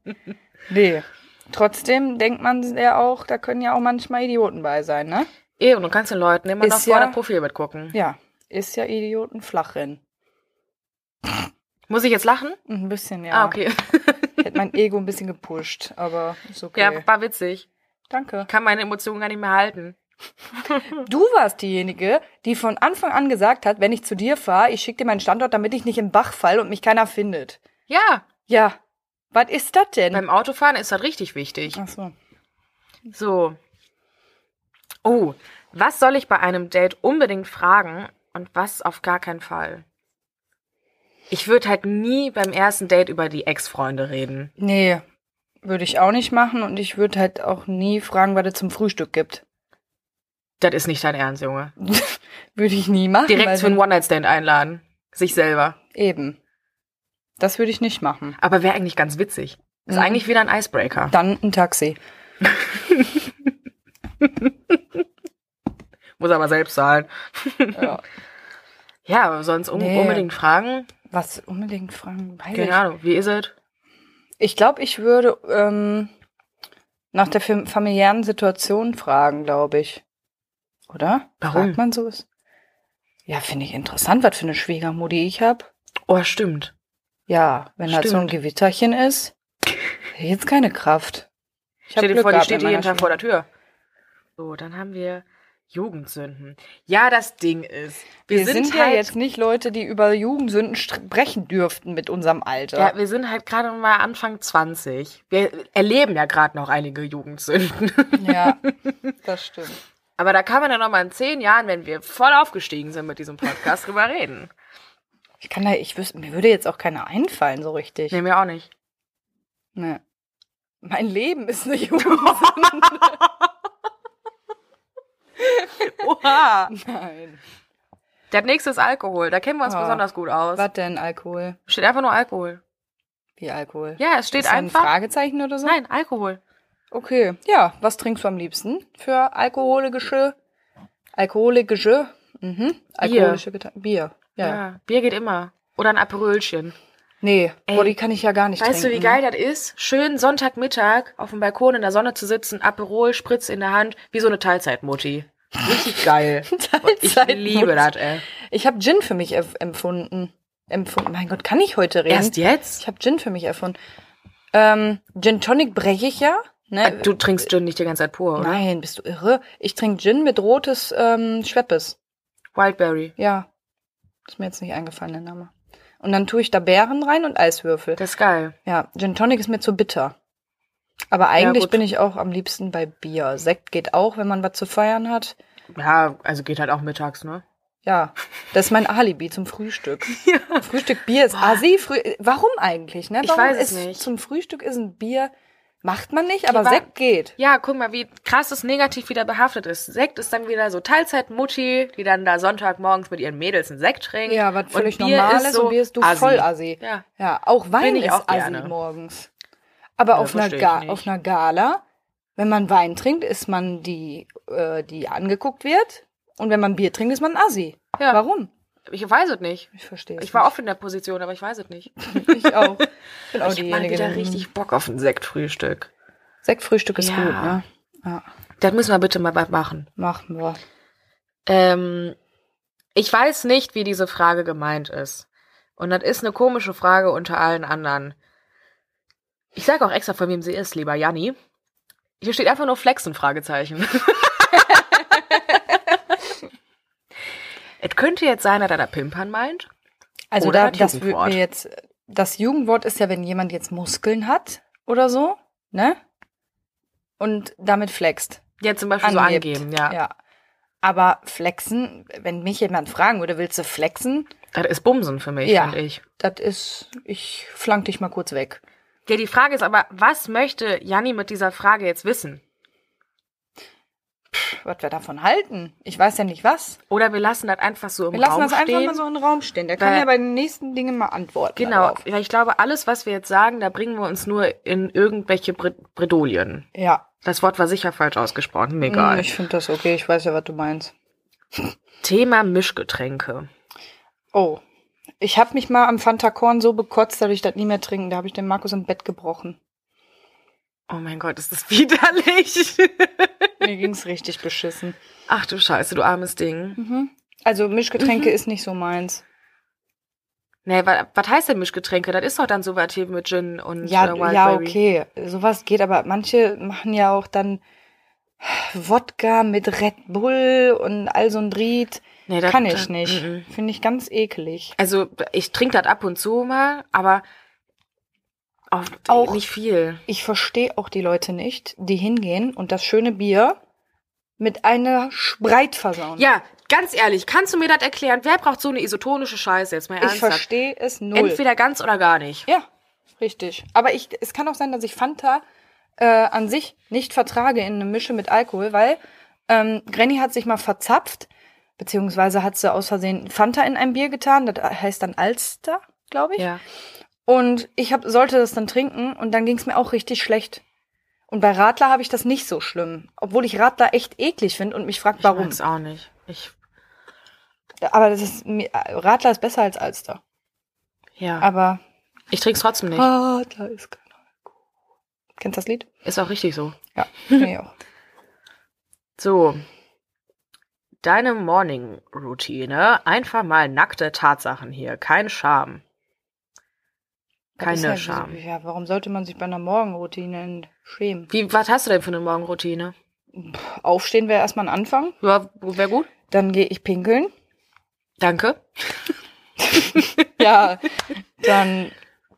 [SPEAKER 2] nee. Trotzdem denkt man ja auch, da können ja auch manchmal Idioten bei sein, ne?
[SPEAKER 1] Eben, du kannst den Leuten immer
[SPEAKER 2] Ist
[SPEAKER 1] noch vor
[SPEAKER 2] ja-
[SPEAKER 1] das Profil mitgucken.
[SPEAKER 2] Ja, ist ja Idioten flachrin.
[SPEAKER 1] Muss ich jetzt lachen?
[SPEAKER 2] Ein bisschen, ja.
[SPEAKER 1] Ah, okay.
[SPEAKER 2] Hätte mein Ego ein bisschen gepusht, aber ist okay.
[SPEAKER 1] Ja, war witzig.
[SPEAKER 2] Danke.
[SPEAKER 1] Kann meine Emotionen gar nicht mehr halten.
[SPEAKER 2] Du warst diejenige, die von Anfang an gesagt hat, wenn ich zu dir fahre, ich schicke dir meinen Standort, damit ich nicht im Bach fall und mich keiner findet.
[SPEAKER 1] Ja,
[SPEAKER 2] Ja, was ist das denn?
[SPEAKER 1] beim Autofahren ist das richtig wichtig.
[SPEAKER 2] Ach so.
[SPEAKER 1] So. Oh, was soll ich bei einem Date unbedingt fragen und was auf gar keinen Fall? Ich würde halt nie beim ersten Date über die Ex-Freunde reden.
[SPEAKER 2] Nee, würde ich auch nicht machen und ich würde halt auch nie fragen, was es zum Frühstück gibt.
[SPEAKER 1] Das ist nicht dein Ernst, Junge.
[SPEAKER 2] Würde ich nie machen.
[SPEAKER 1] Direkt zu
[SPEAKER 2] weil
[SPEAKER 1] einem One-Night-Stand einladen. Sich selber.
[SPEAKER 2] Eben. Das würde ich nicht machen.
[SPEAKER 1] Aber wäre eigentlich ganz witzig. Ist
[SPEAKER 2] Mhm.
[SPEAKER 1] eigentlich wieder ein Icebreaker.
[SPEAKER 2] Dann ein Taxi.
[SPEAKER 1] Muss aber selbst zahlen.
[SPEAKER 2] Ja.
[SPEAKER 1] Ja, aber sonst un
[SPEAKER 2] Nee.
[SPEAKER 1] unbedingt fragen.
[SPEAKER 2] Was unbedingt fragen? Weiß
[SPEAKER 1] Keine Ahnung, wie ist es?
[SPEAKER 2] Ich, ich glaube, ich würde ähm, nach der fam- familiären Situation fragen, glaube ich. Oder?
[SPEAKER 1] Warum?
[SPEAKER 2] Fragt man sowas? Ja, finde ich interessant, was für eine Schwiegermutti ich habe.
[SPEAKER 1] Oh, stimmt.
[SPEAKER 2] Ja, wenn halt so ein
[SPEAKER 1] Stimmt.
[SPEAKER 2] Gewitterchen ist, hätte ich jetzt keine Kraft. Ich hab
[SPEAKER 1] Stell dir
[SPEAKER 2] Glück
[SPEAKER 1] vor, die
[SPEAKER 2] gehabt
[SPEAKER 1] steht
[SPEAKER 2] mit
[SPEAKER 1] dir jeden
[SPEAKER 2] meiner
[SPEAKER 1] Tag vor der Tür. So, dann haben wir Jugendsünden. Ja, das Ding ist, wir,
[SPEAKER 2] Wir
[SPEAKER 1] sind,
[SPEAKER 2] sind ja
[SPEAKER 1] halt,
[SPEAKER 2] jetzt nicht Leute, die über Jugendsünden sprechen dürften mit unserem Alter.
[SPEAKER 1] ja, wir sind halt gerade mal Anfang 20. Wir erleben ja gerade noch einige Jugendsünden.
[SPEAKER 2] Ja, das stimmt.
[SPEAKER 1] Aber da kann man ja noch mal in zehn Jahren, wenn wir voll aufgestiegen sind mit diesem Podcast, drüber reden.
[SPEAKER 2] Ich kann da, ich wüsste, mir würde jetzt auch keiner einfallen so richtig.
[SPEAKER 1] Nee, mir auch nicht.
[SPEAKER 2] Nee. Ne. Mein Leben ist eine Jugendsünde.
[SPEAKER 1] Oha!
[SPEAKER 2] Nein.
[SPEAKER 1] Der nächste ist Alkohol. Da kennen wir uns
[SPEAKER 2] Ah.
[SPEAKER 1] besonders gut aus.
[SPEAKER 2] Was denn Alkohol?
[SPEAKER 1] Steht einfach nur Alkohol.
[SPEAKER 2] Wie Alkohol?
[SPEAKER 1] Ja, es steht
[SPEAKER 2] ist da ein
[SPEAKER 1] einfach.
[SPEAKER 2] Fragezeichen oder so?
[SPEAKER 1] Nein, Alkohol.
[SPEAKER 2] Okay. Ja, was trinkst du am liebsten für alkoholische alkoholische mhm. alkoholische Geta Bier. Ja.
[SPEAKER 1] Ja. Bier geht immer. Oder ein Aperölchen.
[SPEAKER 2] Nee,
[SPEAKER 1] Ey,
[SPEAKER 2] Body kann ich ja gar nicht
[SPEAKER 1] Weißt du, wie
[SPEAKER 2] trinken.
[SPEAKER 1] geil das ist? Schön Sonntagmittag auf dem Balkon in der Sonne zu sitzen, Aperol, Spritz in der Hand, wie so eine Teilzeitmutti. Richtig geil. Ich
[SPEAKER 2] Teilzeit-
[SPEAKER 1] liebe das, ey.
[SPEAKER 2] Ich habe Gin für mich erf- empfunden. Empfunden. Mein Gott, kann ich heute reden?
[SPEAKER 1] Erst jetzt?
[SPEAKER 2] Ich habe Gin für mich erfunden. Ähm, Gin Tonic breche ich ja. Ne?
[SPEAKER 1] Du trinkst Gin nicht die ganze Zeit pur, oder?
[SPEAKER 2] Nein, bist du irre? Ich trinke Gin mit rotes ähm, Schweppes.
[SPEAKER 1] Wildberry.
[SPEAKER 2] Ja. Ist mir jetzt nicht eingefallen, der Name. Und dann tue ich da Beeren rein und Eiswürfel.
[SPEAKER 1] Das ist geil.
[SPEAKER 2] Ja, Gin Tonic ist mir zu bitter. Aber eigentlich
[SPEAKER 1] gut.
[SPEAKER 2] bin ich auch am liebsten bei Bier. Sekt geht auch, wenn man was zu feiern hat.
[SPEAKER 1] Ja, also geht halt auch mittags, ne?
[SPEAKER 2] Ja, das ist mein Alibi zum Frühstück. Frühstück Bier ist assi. Früh Warum eigentlich? Ne?
[SPEAKER 1] Ich
[SPEAKER 2] Warum
[SPEAKER 1] weiß es
[SPEAKER 2] ist
[SPEAKER 1] nicht.
[SPEAKER 2] Zum Frühstück ist ein Bier, macht man nicht, aber
[SPEAKER 1] war-
[SPEAKER 2] Sekt geht.
[SPEAKER 1] Ja, guck mal, wie krass das negativ wieder behaftet ist. Sekt ist dann wieder so Teilzeitmutti, die dann da Sonntagmorgens mit ihren Mädels einen Sekt trinkt.
[SPEAKER 2] Ja, was völlig
[SPEAKER 1] Bier
[SPEAKER 2] normal ist
[SPEAKER 1] so
[SPEAKER 2] und Bier ist du
[SPEAKER 1] assi.
[SPEAKER 2] voll assi.
[SPEAKER 1] Ja.
[SPEAKER 2] Ja, auch Wein
[SPEAKER 1] ich
[SPEAKER 2] ist
[SPEAKER 1] auch
[SPEAKER 2] assi
[SPEAKER 1] gerne.
[SPEAKER 2] morgens. Aber auf, einer
[SPEAKER 1] versteh ich
[SPEAKER 2] Ga
[SPEAKER 1] nicht.
[SPEAKER 2] auf einer Gala wenn man Wein trinkt, ist man die, äh, die angeguckt wird. Und wenn man Bier trinkt, ist man ein Assi.
[SPEAKER 1] Ja.
[SPEAKER 2] Warum?
[SPEAKER 1] Ich weiß es nicht.
[SPEAKER 2] Ich verstehe. es
[SPEAKER 1] Ich war
[SPEAKER 2] nicht.
[SPEAKER 1] oft in der Position, aber ich weiß es nicht.
[SPEAKER 2] Ich auch. Bin auch
[SPEAKER 1] ich hab mal
[SPEAKER 2] diejenige,
[SPEAKER 1] wieder
[SPEAKER 2] die-
[SPEAKER 1] richtig Bock auf ein Sektfrühstück.
[SPEAKER 2] Sektfrühstück ist
[SPEAKER 1] Ja.
[SPEAKER 2] gut, ne? Ja,
[SPEAKER 1] Das müssen wir bitte mal bald machen.
[SPEAKER 2] machen wir.
[SPEAKER 1] Ähm, ich weiß nicht, wie diese Frage gemeint ist. Und das ist eine komische Frage unter allen anderen. Ich sage auch extra, von wem sie ist, lieber Janni. Hier steht einfach nur Flexen, Fragezeichen. es könnte jetzt sein, dass er da Pimpern meint.
[SPEAKER 2] Also
[SPEAKER 1] Oder
[SPEAKER 2] da,
[SPEAKER 1] hat
[SPEAKER 2] das würde
[SPEAKER 1] Jugendwort.
[SPEAKER 2] mir jetzt, das Jugendwort ist ja, wenn jemand jetzt Muskeln hat oder so, ne? Und damit flext.
[SPEAKER 1] Ja, zum Beispiel
[SPEAKER 2] angibt.
[SPEAKER 1] so angeben, ja.
[SPEAKER 2] ja. Aber flexen, wenn mich jemand fragen würde, willst du flexen?
[SPEAKER 1] Das ist Bumsen für mich,
[SPEAKER 2] Ja.
[SPEAKER 1] finde ich.
[SPEAKER 2] Das ist, ich flank dich mal kurz weg.
[SPEAKER 1] Ja, die Frage ist aber, was möchte Janni mit dieser Frage jetzt wissen?
[SPEAKER 2] Pff, Was wir davon halten? Ich weiß ja nicht was.
[SPEAKER 1] Oder wir lassen das einfach so im
[SPEAKER 2] Wir lassen
[SPEAKER 1] Raum
[SPEAKER 2] das einfach
[SPEAKER 1] stehen.
[SPEAKER 2] mal so in den Raum stehen. Der kann
[SPEAKER 1] Weil-
[SPEAKER 2] ja bei den nächsten Dingen mal antworten.
[SPEAKER 1] Genau,
[SPEAKER 2] darauf.
[SPEAKER 1] ja, ich glaube, alles, was wir jetzt sagen, da bringen wir uns nur in irgendwelche Bre Bredouillen.
[SPEAKER 2] Ja.
[SPEAKER 1] Das Wort war sicher falsch ausgesprochen, mir
[SPEAKER 2] Egal.
[SPEAKER 1] egal.
[SPEAKER 2] Hm, Ich finde das okay. Ich weiß ja, was du meinst.
[SPEAKER 1] Thema Mischgetränke.
[SPEAKER 2] Oh. Ich habe mich mal am Fantakorn so bekotzt, dass ich das nie mehr trinken. Da habe ich den Markus im Bett gebrochen.
[SPEAKER 1] Oh mein Gott, ist das widerlich.
[SPEAKER 2] Mir ging's richtig beschissen.
[SPEAKER 1] Ach du Scheiße, du armes Ding.
[SPEAKER 2] Mhm. Also Mischgetränke
[SPEAKER 1] Mhm.
[SPEAKER 2] ist nicht so meins.
[SPEAKER 1] Nee, wa was heißt denn Mischgetränke? Das ist doch dann so was hier mit Gin und
[SPEAKER 2] Ja,
[SPEAKER 1] äh, Wildberry.
[SPEAKER 2] ja, okay. Sowas geht, aber manche machen ja auch dann Wodka mit Red Bull und all so ein Dried.
[SPEAKER 1] Nee, das-
[SPEAKER 2] Kann ich
[SPEAKER 1] das-
[SPEAKER 2] nicht.
[SPEAKER 1] mm, mm.
[SPEAKER 2] Finde ich ganz ekelig.
[SPEAKER 1] Also, ich trinke das ab und zu mal, aber auch,
[SPEAKER 2] Auch-
[SPEAKER 1] nicht viel.
[SPEAKER 2] Ich verstehe auch die Leute nicht, die hingehen und das schöne Bier mit einer Spreit versauen.
[SPEAKER 1] Ja, ganz ehrlich, kannst du mir das erklären? Wer braucht so eine isotonische Scheiße jetzt mal
[SPEAKER 2] ich
[SPEAKER 1] ernsthaft?
[SPEAKER 2] verstehe es null.
[SPEAKER 1] Entweder ganz oder gar nicht.
[SPEAKER 2] Ja, richtig. Aber ich, es kann auch sein, dass ich Fanta äh, an sich nicht vertrage in eine Mische mit Alkohol, weil ähm, Granny hat sich mal verzapft, beziehungsweise hat sie aus Versehen Fanta in ein Bier getan. Das heißt dann Alster, glaube ich.
[SPEAKER 1] Ja.
[SPEAKER 2] Und ich hab, sollte das dann trinken und dann ging es mir auch richtig schlecht. Und bei Radler habe ich das nicht so schlimm, obwohl ich Radler echt eklig finde und mich fragt, warum.
[SPEAKER 1] Ich auch nicht. Ich,
[SPEAKER 2] Aber das ist mir- Radler ist besser als Alster.
[SPEAKER 1] ja.
[SPEAKER 2] Aber
[SPEAKER 1] ich trink's trotzdem
[SPEAKER 2] Ah.
[SPEAKER 1] nicht.
[SPEAKER 2] Radler ist kein Alkohol. Kennst du das Lied?
[SPEAKER 1] Ist auch richtig so.
[SPEAKER 2] Ja, nee, auch.
[SPEAKER 1] So. Deine Morning-Routine. Einfach mal nackte Tatsachen hier. Kein Scham.
[SPEAKER 2] Das ist
[SPEAKER 1] Keine
[SPEAKER 2] ja-
[SPEAKER 1] Scham.
[SPEAKER 2] Ja, warum sollte man sich bei einer Morgenroutine schämen?
[SPEAKER 1] Wie, was hast du denn für eine Morgenroutine?
[SPEAKER 2] Aufstehen wäre erstmal ein Anfang,
[SPEAKER 1] Ja, wäre gut.
[SPEAKER 2] dann gehe ich pinkeln.
[SPEAKER 1] Danke.
[SPEAKER 2] Ja, dann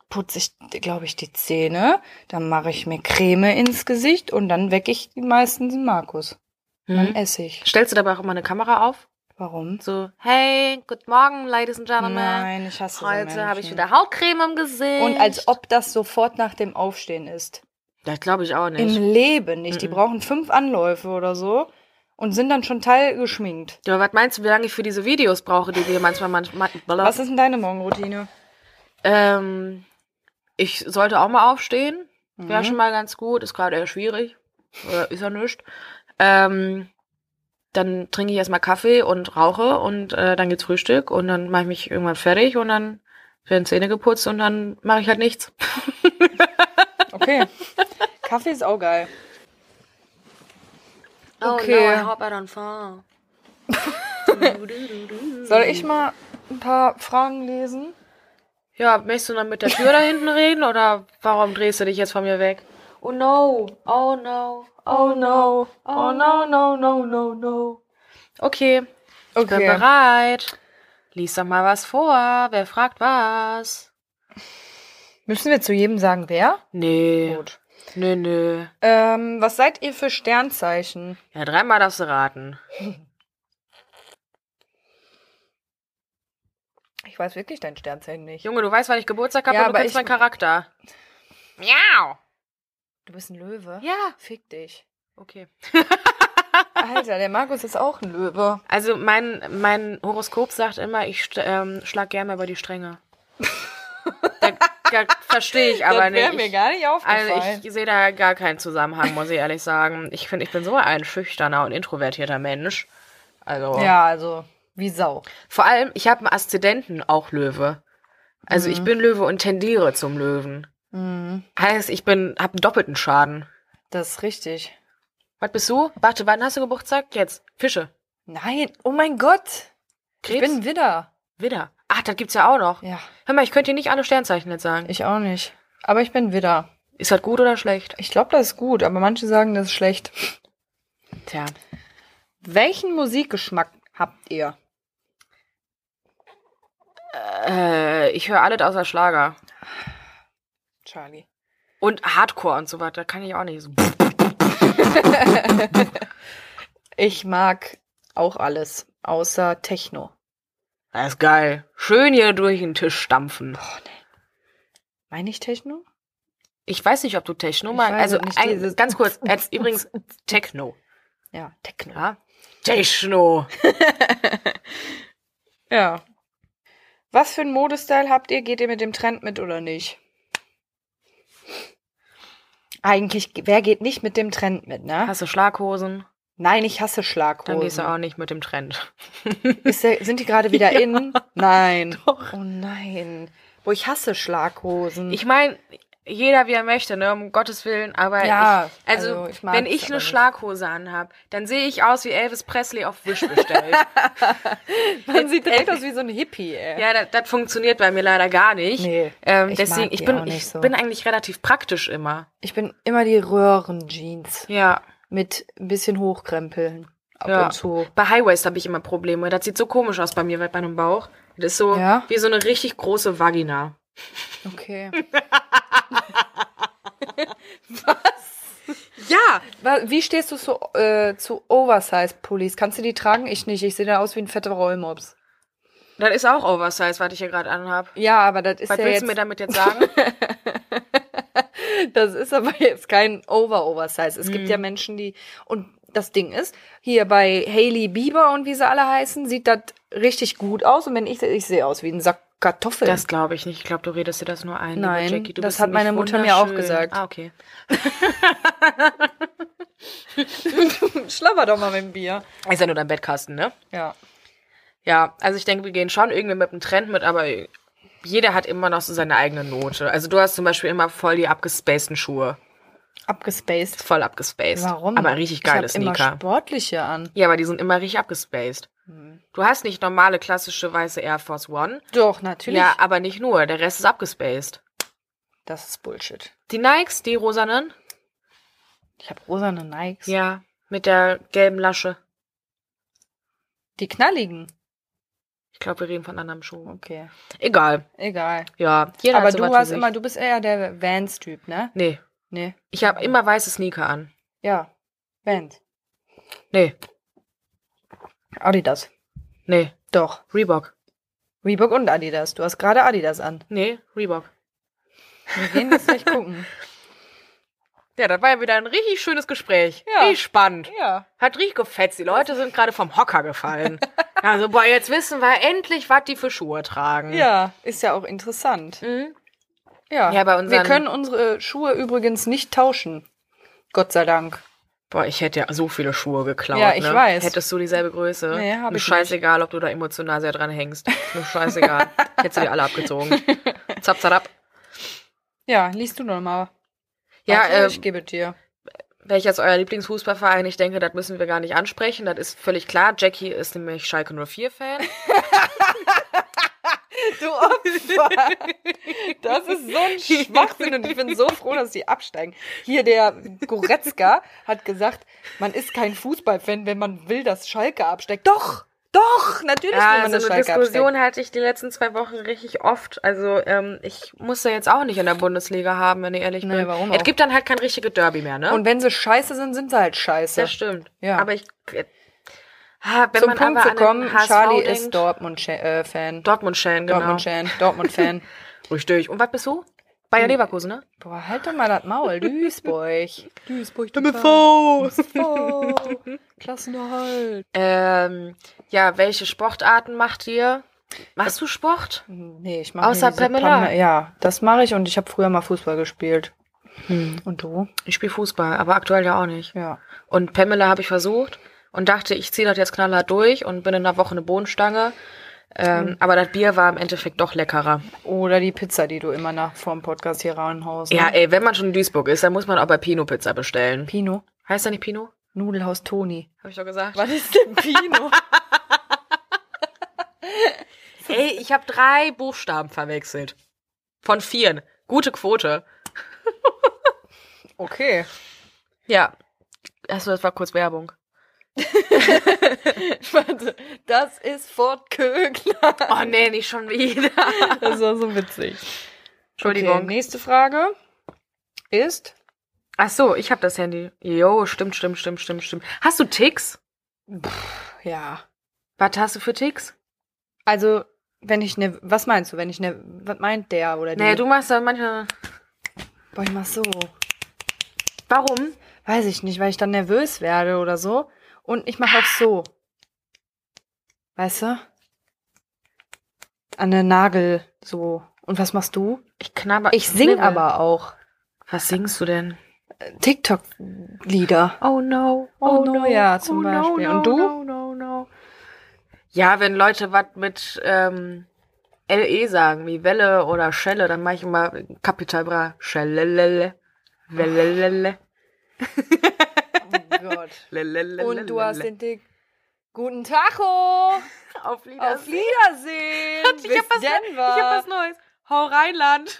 [SPEAKER 2] putze ich, glaube ich, die Zähne, dann mache ich mir Creme ins Gesicht und dann wecke ich meistens den Markus. Dann
[SPEAKER 1] Mhm.
[SPEAKER 2] esse ich.
[SPEAKER 1] Stellst du dabei auch immer eine Kamera auf?
[SPEAKER 2] Warum?
[SPEAKER 1] So, hey, guten Morgen, Ladies and Gentlemen.
[SPEAKER 2] Nein, ich hasse so
[SPEAKER 1] Heute habe ich
[SPEAKER 2] Menschen.
[SPEAKER 1] wieder Hautcreme im Gesicht.
[SPEAKER 2] Und als ob das sofort nach dem Aufstehen ist.
[SPEAKER 1] Das glaube ich auch nicht.
[SPEAKER 2] Im Leben nicht. Die
[SPEAKER 1] Mhm.
[SPEAKER 2] brauchen fünf Anläufe oder so und sind dann schon teilgeschminkt.
[SPEAKER 1] Ja, was meinst du, wie lange ich für diese Videos brauche, die wir manchmal manchmal.
[SPEAKER 2] Was ist denn deine Morgenroutine?
[SPEAKER 1] Ähm, ich sollte auch mal aufstehen. Wäre
[SPEAKER 2] Mhm.
[SPEAKER 1] schon mal ganz gut. Ist gerade eher schwierig. Äh, ist ja nichts. Ähm, dann trinke ich erstmal Kaffee und rauche und äh, dann geht's Frühstück und dann mache ich mich irgendwann fertig und dann werden Zähne geputzt und dann mache ich halt nichts.
[SPEAKER 2] Okay. Kaffee ist auch geil.
[SPEAKER 1] Oh,
[SPEAKER 2] Okay. no, I
[SPEAKER 1] I don't fall.
[SPEAKER 2] Soll ich mal ein paar Fragen lesen?
[SPEAKER 1] Ja, möchtest du dann mit der Tür da hinten reden oder warum drehst du dich jetzt von mir weg? Oh no, oh no,
[SPEAKER 2] Oh no. Oh no, no, no, no, no.
[SPEAKER 1] Okay, ich bin
[SPEAKER 2] Okay.
[SPEAKER 1] bereit. Lies doch mal was vor. Wer fragt was?
[SPEAKER 2] Müssen wir zu jedem sagen, wer?
[SPEAKER 1] Nee,
[SPEAKER 2] Gut.
[SPEAKER 1] nee, nee.
[SPEAKER 2] Ähm, was seid ihr für Sternzeichen?
[SPEAKER 1] Ja, dreimal darfst du raten.
[SPEAKER 2] Ich weiß wirklich dein Sternzeichen nicht.
[SPEAKER 1] Junge, du weißt, wann ich Geburtstag habe
[SPEAKER 2] Ja,
[SPEAKER 1] und du
[SPEAKER 2] aber
[SPEAKER 1] kennst
[SPEAKER 2] ich-
[SPEAKER 1] meinen Charakter. Miau.
[SPEAKER 2] Du bist ein Löwe?
[SPEAKER 1] Ja.
[SPEAKER 2] Fick dich.
[SPEAKER 1] Okay.
[SPEAKER 2] Alter, der Markus ist auch ein Löwe.
[SPEAKER 1] Also mein, mein Horoskop sagt immer, ich st- ähm, schlag gerne mal über die Stränge. da, ja, verstehe ich aber
[SPEAKER 2] das
[SPEAKER 1] nicht.
[SPEAKER 2] wäre mir gar nicht aufgefallen.
[SPEAKER 1] Also ich sehe da gar keinen Zusammenhang, muss ich ehrlich sagen. Ich finde, ich bin so ein schüchterner und introvertierter Mensch. Also
[SPEAKER 2] ja, also wie Sau.
[SPEAKER 1] vor allem, ich habe einen Aszendenten auch Löwe. Also ich bin Löwe und tendiere zum Löwen.
[SPEAKER 2] Mhm,
[SPEAKER 1] Heißt, ich bin habe einen doppelten Schaden.
[SPEAKER 2] das ist richtig.
[SPEAKER 1] Was bist du? Warte, wann hast du Geburtstag? Jetzt. Fische.
[SPEAKER 2] Nein, oh mein Gott.
[SPEAKER 1] Krebs.
[SPEAKER 2] Ich bin Widder.
[SPEAKER 1] Widder. Ach, das gibt's ja auch noch.
[SPEAKER 2] Ja,
[SPEAKER 1] Hör mal, ich könnte dir nicht alle Sternzeichen jetzt sagen.
[SPEAKER 2] ich auch nicht. Aber ich bin Widder.
[SPEAKER 1] Ist das gut oder schlecht?
[SPEAKER 2] Ich glaube, das ist gut, aber manche sagen, das ist schlecht.
[SPEAKER 1] Tja.
[SPEAKER 2] Welchen Musikgeschmack habt ihr?
[SPEAKER 1] Äh, ich höre alles außer Schlager.
[SPEAKER 2] Charlie.
[SPEAKER 1] Und Hardcore und so weiter. Kann ich auch nicht so.
[SPEAKER 2] Ich mag auch alles, außer Techno.
[SPEAKER 1] Das ist geil. Schön hier durch den Tisch stampfen.
[SPEAKER 2] Meine ich Techno?
[SPEAKER 1] Ich weiß nicht, ob du Techno
[SPEAKER 2] Ich
[SPEAKER 1] magst.
[SPEAKER 2] weiß
[SPEAKER 1] Also
[SPEAKER 2] es nicht,
[SPEAKER 1] ein,
[SPEAKER 2] dieses-
[SPEAKER 1] ganz kurz, jetzt übrigens Techno.
[SPEAKER 2] Ja, Techno.
[SPEAKER 1] Ja? Techno.
[SPEAKER 2] Ja. Was für einen Modestyle habt ihr? Geht ihr mit dem Trend mit oder nicht? Eigentlich, wer geht nicht mit dem Trend mit, ne?
[SPEAKER 1] Hast du Schlaghosen?
[SPEAKER 2] Nein, ich hasse
[SPEAKER 1] Dann gehst du
[SPEAKER 2] Schlaghosen.
[SPEAKER 1] auch nicht mit dem Trend.
[SPEAKER 2] Ist der, sind die gerade wieder in? Nein.
[SPEAKER 1] Doch.
[SPEAKER 2] Oh nein. Wo ich hasse Schlaghosen.
[SPEAKER 1] Ich meine, jeder wie er möchte, ne? Um Gottes Willen, aber
[SPEAKER 2] Ja,
[SPEAKER 1] ich, also,
[SPEAKER 2] also ich mag's
[SPEAKER 1] wenn ich
[SPEAKER 2] aber
[SPEAKER 1] eine
[SPEAKER 2] nicht.
[SPEAKER 1] Schlaghose anhab, dann sehe ich aus wie Elvis Presley auf Wish bestellt.
[SPEAKER 2] man sieht direkt aus Äh, wie so ein Hippie, ey.
[SPEAKER 1] ja, das, das funktioniert bei mir leider gar nicht.
[SPEAKER 2] Nee,
[SPEAKER 1] ähm,
[SPEAKER 2] ich
[SPEAKER 1] deswegen,
[SPEAKER 2] mag
[SPEAKER 1] ich
[SPEAKER 2] die
[SPEAKER 1] bin,
[SPEAKER 2] auch nicht
[SPEAKER 1] ich
[SPEAKER 2] so.
[SPEAKER 1] bin eigentlich relativ praktisch immer.
[SPEAKER 2] Ich bin immer die Röhrenjeans
[SPEAKER 1] Ja.
[SPEAKER 2] mit ein bisschen hochkrempeln. Ab
[SPEAKER 1] Ja.
[SPEAKER 2] und zu.
[SPEAKER 1] Bei High Waist habe ich immer Probleme. Das sieht so komisch aus bei mir, bei meinem Bauch. Das ist so
[SPEAKER 2] Ja?
[SPEAKER 1] wie so eine richtig große Vagina.
[SPEAKER 2] Okay.
[SPEAKER 1] Ja,
[SPEAKER 2] Wa- Wie stehst du zu, äh, zu Oversize-Pullis? Kannst du die tragen? Ich nicht. Ich sehe da aus wie ein fetter Rollmops.
[SPEAKER 1] das ist auch Oversize, was ich hier gerade anhab.
[SPEAKER 2] Ja, aber das ist
[SPEAKER 1] Was
[SPEAKER 2] ja
[SPEAKER 1] willst
[SPEAKER 2] jetzt,
[SPEAKER 1] du mir damit jetzt sagen?
[SPEAKER 2] das ist aber jetzt kein Over-Oversize. Es
[SPEAKER 1] Mhm.
[SPEAKER 2] gibt ja Menschen, die, und das Ding ist, hier bei Hailey Bieber und wie sie alle heißen, sieht das richtig gut aus. Und wenn ich, ich sehe aus wie ein Sack Kartoffeln.
[SPEAKER 1] das glaube ich nicht. Ich glaube, du redest dir das nur ein. liebe
[SPEAKER 2] Nein,
[SPEAKER 1] Jackie. Du
[SPEAKER 2] das
[SPEAKER 1] bist
[SPEAKER 2] hat meine
[SPEAKER 1] nämlich
[SPEAKER 2] Mutter mir auch
[SPEAKER 1] wunderschön.
[SPEAKER 2] gesagt.
[SPEAKER 1] Ah, okay.
[SPEAKER 2] Schlapper doch mal mit dem Bier.
[SPEAKER 1] Ist ja nur dein Bettkasten, ne?
[SPEAKER 2] Ja.
[SPEAKER 1] Ja, also ich denke, wir gehen schon irgendwie mit dem Trend mit, aber jeder hat immer noch so seine eigene Note. Also du hast zum Beispiel immer voll die abgespaceden Schuhe.
[SPEAKER 2] Abgespaced.
[SPEAKER 1] Voll abgespaced.
[SPEAKER 2] Warum?
[SPEAKER 1] Aber richtig geile
[SPEAKER 2] ich hab immer
[SPEAKER 1] Sneaker.
[SPEAKER 2] sportliche an.
[SPEAKER 1] Ja, aber die sind immer richtig abgespaced. Du hast nicht normale, klassische weiße Air Force One.
[SPEAKER 2] Doch, natürlich.
[SPEAKER 1] Ja, aber nicht nur. Der Rest ist abgespaced.
[SPEAKER 2] Das ist Bullshit.
[SPEAKER 1] Die Nikes, die rosanen.
[SPEAKER 2] Ich habe rosane Nikes.
[SPEAKER 1] Ja, mit der gelben Lasche.
[SPEAKER 2] Die knalligen.
[SPEAKER 1] Ich glaube, wir reden von anderem Schuh.
[SPEAKER 2] Okay.
[SPEAKER 1] Egal.
[SPEAKER 2] Egal.
[SPEAKER 1] Ja, jeder
[SPEAKER 2] Aber
[SPEAKER 1] hat so
[SPEAKER 2] du
[SPEAKER 1] was
[SPEAKER 2] warst
[SPEAKER 1] für sich.
[SPEAKER 2] immer, du bist eher der Vans-Typ, ne?
[SPEAKER 1] Nee,
[SPEAKER 2] Nee.
[SPEAKER 1] ich habe immer weiße Sneaker an.
[SPEAKER 2] Ja. Vans.
[SPEAKER 1] Nee,
[SPEAKER 2] Adidas.
[SPEAKER 1] nee,
[SPEAKER 2] Doch.
[SPEAKER 1] Reebok.
[SPEAKER 2] Reebok und Adidas. Du hast gerade Adidas an.
[SPEAKER 1] Nee, Reebok.
[SPEAKER 2] Wir gehen jetzt gleich gucken.
[SPEAKER 1] Ja, das war ja wieder ein richtig schönes Gespräch.
[SPEAKER 2] Ja.
[SPEAKER 1] Richtig spannend.
[SPEAKER 2] Ja.
[SPEAKER 1] Hat richtig gefetzt. Die Leute sind gerade vom Hocker gefallen. also, boah, jetzt wissen wir endlich, was die für Schuhe tragen.
[SPEAKER 2] Ja, ist ja auch interessant.
[SPEAKER 1] Mhm.
[SPEAKER 2] Ja.
[SPEAKER 1] Ja, bei
[SPEAKER 2] Wir
[SPEAKER 1] unseren-
[SPEAKER 2] können unsere Schuhe übrigens nicht tauschen. Gott sei Dank.
[SPEAKER 1] Boah, ich hätte ja so viele Schuhe geklaut.
[SPEAKER 2] Ja, ich
[SPEAKER 1] ne?
[SPEAKER 2] weiß.
[SPEAKER 1] Hättest du dieselbe Größe.
[SPEAKER 2] Nee, hab
[SPEAKER 1] Mir
[SPEAKER 2] ich
[SPEAKER 1] scheißegal, ob du da emotional sehr dran hängst. Mir scheißegal. Hättest du dir alle abgezogen. Zap, zap, ab.
[SPEAKER 2] Ja, liest du noch mal.
[SPEAKER 1] Ja,
[SPEAKER 2] Warte,
[SPEAKER 1] äh,
[SPEAKER 2] ich gebe dir.
[SPEAKER 1] Welcher ist euer Lieblingsfußballverein? Ich denke, das müssen wir gar nicht ansprechen. Das ist völlig klar. Jackie ist nämlich Schalke 04-Fan.
[SPEAKER 2] Du Opfer. Das ist so ein Schwachsinn und ich bin so froh, dass die absteigen. Hier der Goretzka hat gesagt, man ist kein Fußballfan, wenn man will, dass Schalke absteigt. Doch, doch, natürlich will
[SPEAKER 1] Ja,
[SPEAKER 2] man,
[SPEAKER 1] so eine
[SPEAKER 2] dass Schalke
[SPEAKER 1] Diskussion
[SPEAKER 2] absteigt.
[SPEAKER 1] hatte ich die letzten zwei Wochen richtig oft. Also ähm, ich musste jetzt auch nicht in der Bundesliga haben, wenn ich ehrlich
[SPEAKER 2] Nee,
[SPEAKER 1] bin.
[SPEAKER 2] warum
[SPEAKER 1] es
[SPEAKER 2] auch?
[SPEAKER 1] gibt dann halt kein richtiges Derby mehr, ne?
[SPEAKER 2] Und wenn sie scheiße sind, sind sie halt scheiße.
[SPEAKER 1] das stimmt.
[SPEAKER 2] Ja.
[SPEAKER 1] Aber ich, äh, ah, wenn
[SPEAKER 2] Zum
[SPEAKER 1] man
[SPEAKER 2] Punkt
[SPEAKER 1] aber
[SPEAKER 2] zu
[SPEAKER 1] an den
[SPEAKER 2] kommen,
[SPEAKER 1] HSV
[SPEAKER 2] Charlie
[SPEAKER 1] denkt,
[SPEAKER 2] ist äh, Dortmund-Fan.
[SPEAKER 1] Dortmund-Fan, genau.
[SPEAKER 2] Dortmund-Fan, Hm. Dortmund-Fan.
[SPEAKER 1] Richtig. Und was bist du? Bayer Leverkusen, ne?
[SPEAKER 2] Boah, halt doch mal das Maul, Duisburg. Duisburg, die
[SPEAKER 1] MV.
[SPEAKER 2] MV. Klassenerhalt.
[SPEAKER 1] Ähm, ja, welche Sportarten macht ihr? Machst du Sport?
[SPEAKER 2] Mhm. Nee, ich mache
[SPEAKER 1] Außer Pamela.
[SPEAKER 2] ja, das mache ich und ich habe früher mal Fußball gespielt.
[SPEAKER 1] Hm.
[SPEAKER 2] Und du?
[SPEAKER 1] Ich spiele Fußball, aber aktuell ja auch nicht.
[SPEAKER 2] Ja.
[SPEAKER 1] Und Pamela habe ich versucht und dachte, ich ziehe das jetzt knallhart durch und bin in einer Woche eine Bohnenstange. Ähm,
[SPEAKER 2] Mhm.
[SPEAKER 1] Aber das Bier war im Endeffekt doch leckerer.
[SPEAKER 2] Oder die Pizza, die du immer nach vorm Podcast hier reinhaust.
[SPEAKER 1] Ja,
[SPEAKER 2] ne?
[SPEAKER 1] ey, wenn man schon in Duisburg ist, dann muss man auch bei Pino Pizza bestellen.
[SPEAKER 2] Pino.
[SPEAKER 1] Heißt er nicht Pino?
[SPEAKER 2] Nudelhaus Toni.
[SPEAKER 1] Habe ich doch gesagt.
[SPEAKER 2] Was ist denn Pino?
[SPEAKER 1] Ey, ich habe drei Buchstaben verwechselt. Von vieren. Gute Quote.
[SPEAKER 2] okay.
[SPEAKER 1] Ja. Achso, das war kurz Werbung.
[SPEAKER 2] Warte, das ist Fort Kögler.
[SPEAKER 1] Oh nee, nicht schon wieder.
[SPEAKER 2] Das war so witzig.
[SPEAKER 1] Entschuldigung.
[SPEAKER 2] Okay, nächste Frage ist,
[SPEAKER 1] Ach so, ich habe das Handy. Jo, stimmt, stimmt, stimmt, stimmt, stimmt. Hast du Ticks?
[SPEAKER 2] ja,
[SPEAKER 1] Was hast du für Ticks?
[SPEAKER 2] also wenn ich ne, was meinst du, wenn ich ne, was meint der oder die?
[SPEAKER 1] Nee, du machst da manchmal.
[SPEAKER 2] Boah, ich mach so.
[SPEAKER 1] Warum?
[SPEAKER 2] Weiß ich nicht, weil ich dann nervös werde oder so. Und ich mache auch so. Weißt du? An den Nagel so. Und was machst du?
[SPEAKER 1] Ich knabber.
[SPEAKER 2] Ich sing
[SPEAKER 1] knibbel.
[SPEAKER 2] aber auch
[SPEAKER 1] Was singst du denn?
[SPEAKER 2] TikTok-Lieder.
[SPEAKER 1] Oh no.
[SPEAKER 2] Oh no, ja, zum Beispiel. Und du?
[SPEAKER 1] No, no, no. Ja, wenn Leute was mit ähm, LE sagen, wie Welle oder Schelle, dann mache ich immer Capital Bra. Schellelele. Wellelele.
[SPEAKER 2] Oh Gott.
[SPEAKER 1] lelelele,
[SPEAKER 2] Und du hast
[SPEAKER 1] lele.
[SPEAKER 2] den Dick. Guten Tacho!
[SPEAKER 1] auf Lieder.
[SPEAKER 2] Auf Wiedersehen!
[SPEAKER 1] Ich hab was- Ich hab was Neues. Hau Rheinland.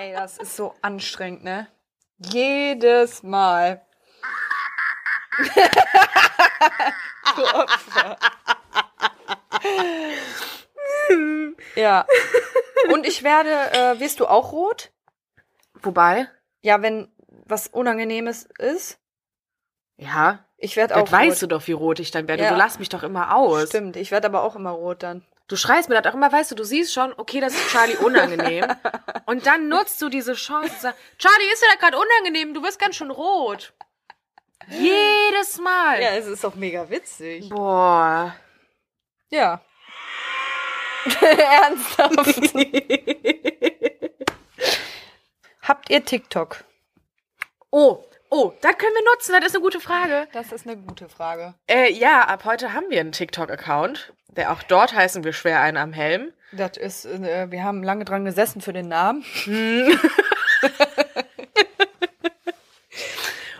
[SPEAKER 2] Ey, das ist so anstrengend, ne? Jedes Mal. du Opfer. ja. Und ich werde, äh, wirst du auch rot?
[SPEAKER 1] Wobei,
[SPEAKER 2] Ja, wenn was Unangenehmes ist.
[SPEAKER 1] ja,
[SPEAKER 2] Ich werde auch
[SPEAKER 1] das weißt du
[SPEAKER 2] rot.
[SPEAKER 1] doch, wie rot ich dann werde.
[SPEAKER 2] Ja.
[SPEAKER 1] Du lachst mich doch immer aus.
[SPEAKER 2] Stimmt, ich werde aber auch immer rot dann.
[SPEAKER 1] Du schreist mir das auch immer, weißt du, du siehst schon, okay, das ist Charlie unangenehm. und dann nutzt du diese Chance und sagst, Charlie, ist dir da gerade unangenehm? Du wirst ganz schön rot. Jedes Mal.
[SPEAKER 2] es ist doch mega witzig.
[SPEAKER 1] Boah.
[SPEAKER 2] Ja. Ernsthaft. Habt ihr TikTok?
[SPEAKER 1] Oh, oh, das können wir nutzen, das ist eine gute Frage.
[SPEAKER 2] Das ist eine gute Frage.
[SPEAKER 1] Äh, ja, ab heute haben wir einen TikTok-Account. Der auch dort heißen wir schwer einen am Helm.
[SPEAKER 2] Das ist, äh, wir haben lange dran gesessen für den Namen.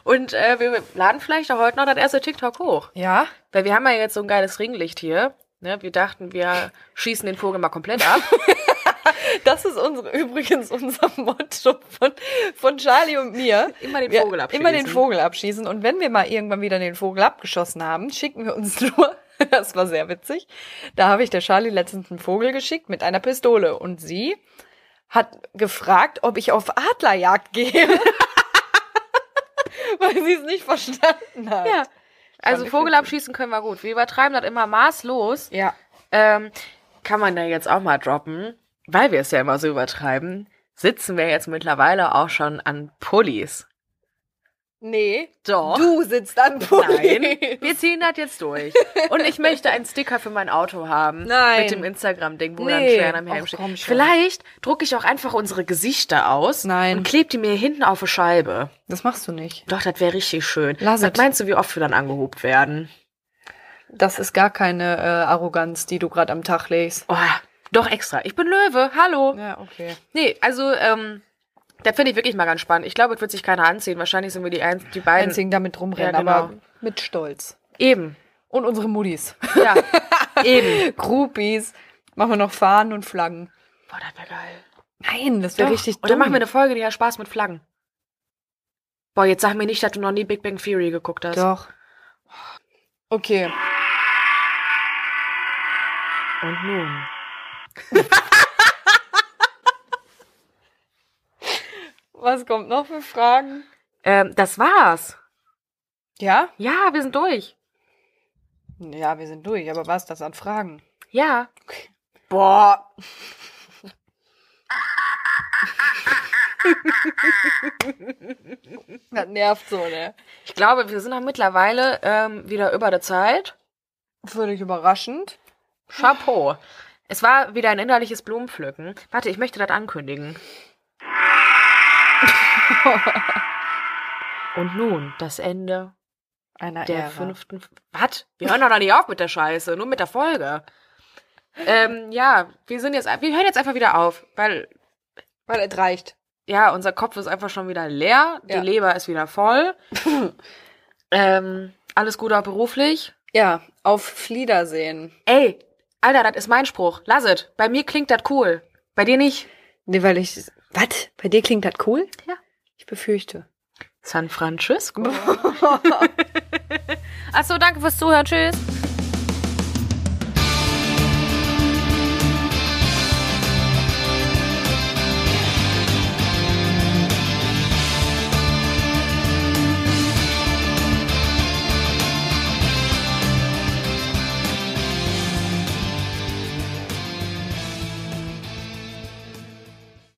[SPEAKER 1] Und äh, wir laden vielleicht auch heute noch das erste TikTok hoch.
[SPEAKER 2] Ja.
[SPEAKER 1] Weil wir haben ja jetzt so ein geiles Ringlicht hier. Ne? Wir dachten, wir schießen den Vogel mal komplett ab.
[SPEAKER 2] Das ist unsere, übrigens unser Motto von, von Charlie und mir.
[SPEAKER 1] Immer den
[SPEAKER 2] Wir-
[SPEAKER 1] Vogel abschießen.
[SPEAKER 2] Immer den Vogel abschießen. Und wenn wir mal irgendwann wieder den Vogel abgeschossen haben, schicken wir uns nur, das war sehr witzig, da habe ich der Charlie letztens einen Vogel geschickt mit einer Pistole. Und sie hat gefragt, ob ich auf Adlerjagd gehe. Weil sie es nicht verstanden hat.
[SPEAKER 1] Ja. Also
[SPEAKER 2] ich
[SPEAKER 1] Vogel abschießen können wir gut. Wir übertreiben das immer maßlos.
[SPEAKER 2] Ja.
[SPEAKER 1] Ähm, kann man da jetzt auch mal droppen, weil wir es ja immer so übertreiben, sitzen wir jetzt mittlerweile auch schon an Pullis.
[SPEAKER 2] Nee.
[SPEAKER 1] Doch.
[SPEAKER 2] Du sitzt an Pulli.
[SPEAKER 1] Oh. Nein, wir ziehen das jetzt durch. Und ich möchte einen Sticker für mein Auto haben.
[SPEAKER 2] Nein.
[SPEAKER 1] Mit dem Instagram-Ding, wo dann
[SPEAKER 2] Nee.
[SPEAKER 1] schwer am Helm
[SPEAKER 2] Ach,
[SPEAKER 1] steht.
[SPEAKER 2] komm schon.
[SPEAKER 1] Vielleicht drucke ich auch einfach unsere Gesichter aus
[SPEAKER 2] Nein.
[SPEAKER 1] und klebe die mir hinten auf eine Scheibe.
[SPEAKER 2] Das machst du nicht.
[SPEAKER 1] Doch, das wäre richtig schön.
[SPEAKER 2] Lass
[SPEAKER 1] Was
[SPEAKER 2] es.
[SPEAKER 1] meinst du, wie oft wir dann angehobt werden?
[SPEAKER 2] Das ist gar keine äh, Arroganz, die du gerade am Tag legst.
[SPEAKER 1] Oh, doch extra. Ich bin Löwe. Hallo.
[SPEAKER 2] Ja, okay.
[SPEAKER 1] Nee, also, ähm, das finde ich wirklich mal ganz spannend. Ich glaube, es wird sich keiner anziehen. Wahrscheinlich sind wir die, ein, die beiden.
[SPEAKER 2] Einzigen damit rumrennen,
[SPEAKER 1] Ja, genau.
[SPEAKER 2] aber mit Stolz.
[SPEAKER 1] Eben.
[SPEAKER 2] Und unsere Muddis.
[SPEAKER 1] Ja. Eben.
[SPEAKER 2] Groupies. Machen wir noch Fahnen und Flaggen.
[SPEAKER 1] Boah, das wäre geil.
[SPEAKER 2] Nein, das wäre
[SPEAKER 1] Doch.
[SPEAKER 2] richtig
[SPEAKER 1] Und dann
[SPEAKER 2] dumm.
[SPEAKER 1] machen wir eine Folge, die hat Spaß mit Flaggen. Boah, jetzt sag mir nicht, dass du noch nie Big Bang Theory geguckt hast.
[SPEAKER 2] Doch. Okay.
[SPEAKER 1] Und nun.
[SPEAKER 2] Was kommt noch für Fragen?
[SPEAKER 1] Ähm, das war's.
[SPEAKER 2] Ja?
[SPEAKER 1] Ja, wir sind durch.
[SPEAKER 2] Ja, wir sind durch, aber was das an Fragen?
[SPEAKER 1] Ja.
[SPEAKER 2] Boah. das nervt so, ne?
[SPEAKER 1] Ich glaube, wir sind auch mittlerweile ähm, wieder über der Zeit.
[SPEAKER 2] Völlig überraschend.
[SPEAKER 1] Chapeau. Es war wieder ein innerliches Blumenpflücken. Warte, ich möchte das ankündigen. Und nun das Ende
[SPEAKER 2] Einer
[SPEAKER 1] der
[SPEAKER 2] Ära.
[SPEAKER 1] fünften. Was? Wir hören doch noch nicht auf mit der Scheiße, nur mit der Folge. Ähm, ja, wir sind jetzt, wir hören jetzt einfach wieder auf, weil
[SPEAKER 2] Weil es reicht.
[SPEAKER 1] ja, unser Kopf ist einfach schon wieder leer, die
[SPEAKER 2] Ja.
[SPEAKER 1] Leber ist wieder voll. ähm, alles Gute auch beruflich.
[SPEAKER 2] Ja, auf Wiedersehen.
[SPEAKER 1] Ey, Alter, das ist mein Spruch. Lass es. Bei mir klingt das cool. Bei dir nicht.
[SPEAKER 2] Nee, weil ich. Was? Bei dir klingt das cool?
[SPEAKER 1] Ja.
[SPEAKER 2] Ich befürchte.
[SPEAKER 1] San Francisco. Achso, danke fürs Zuhören. Tschüss.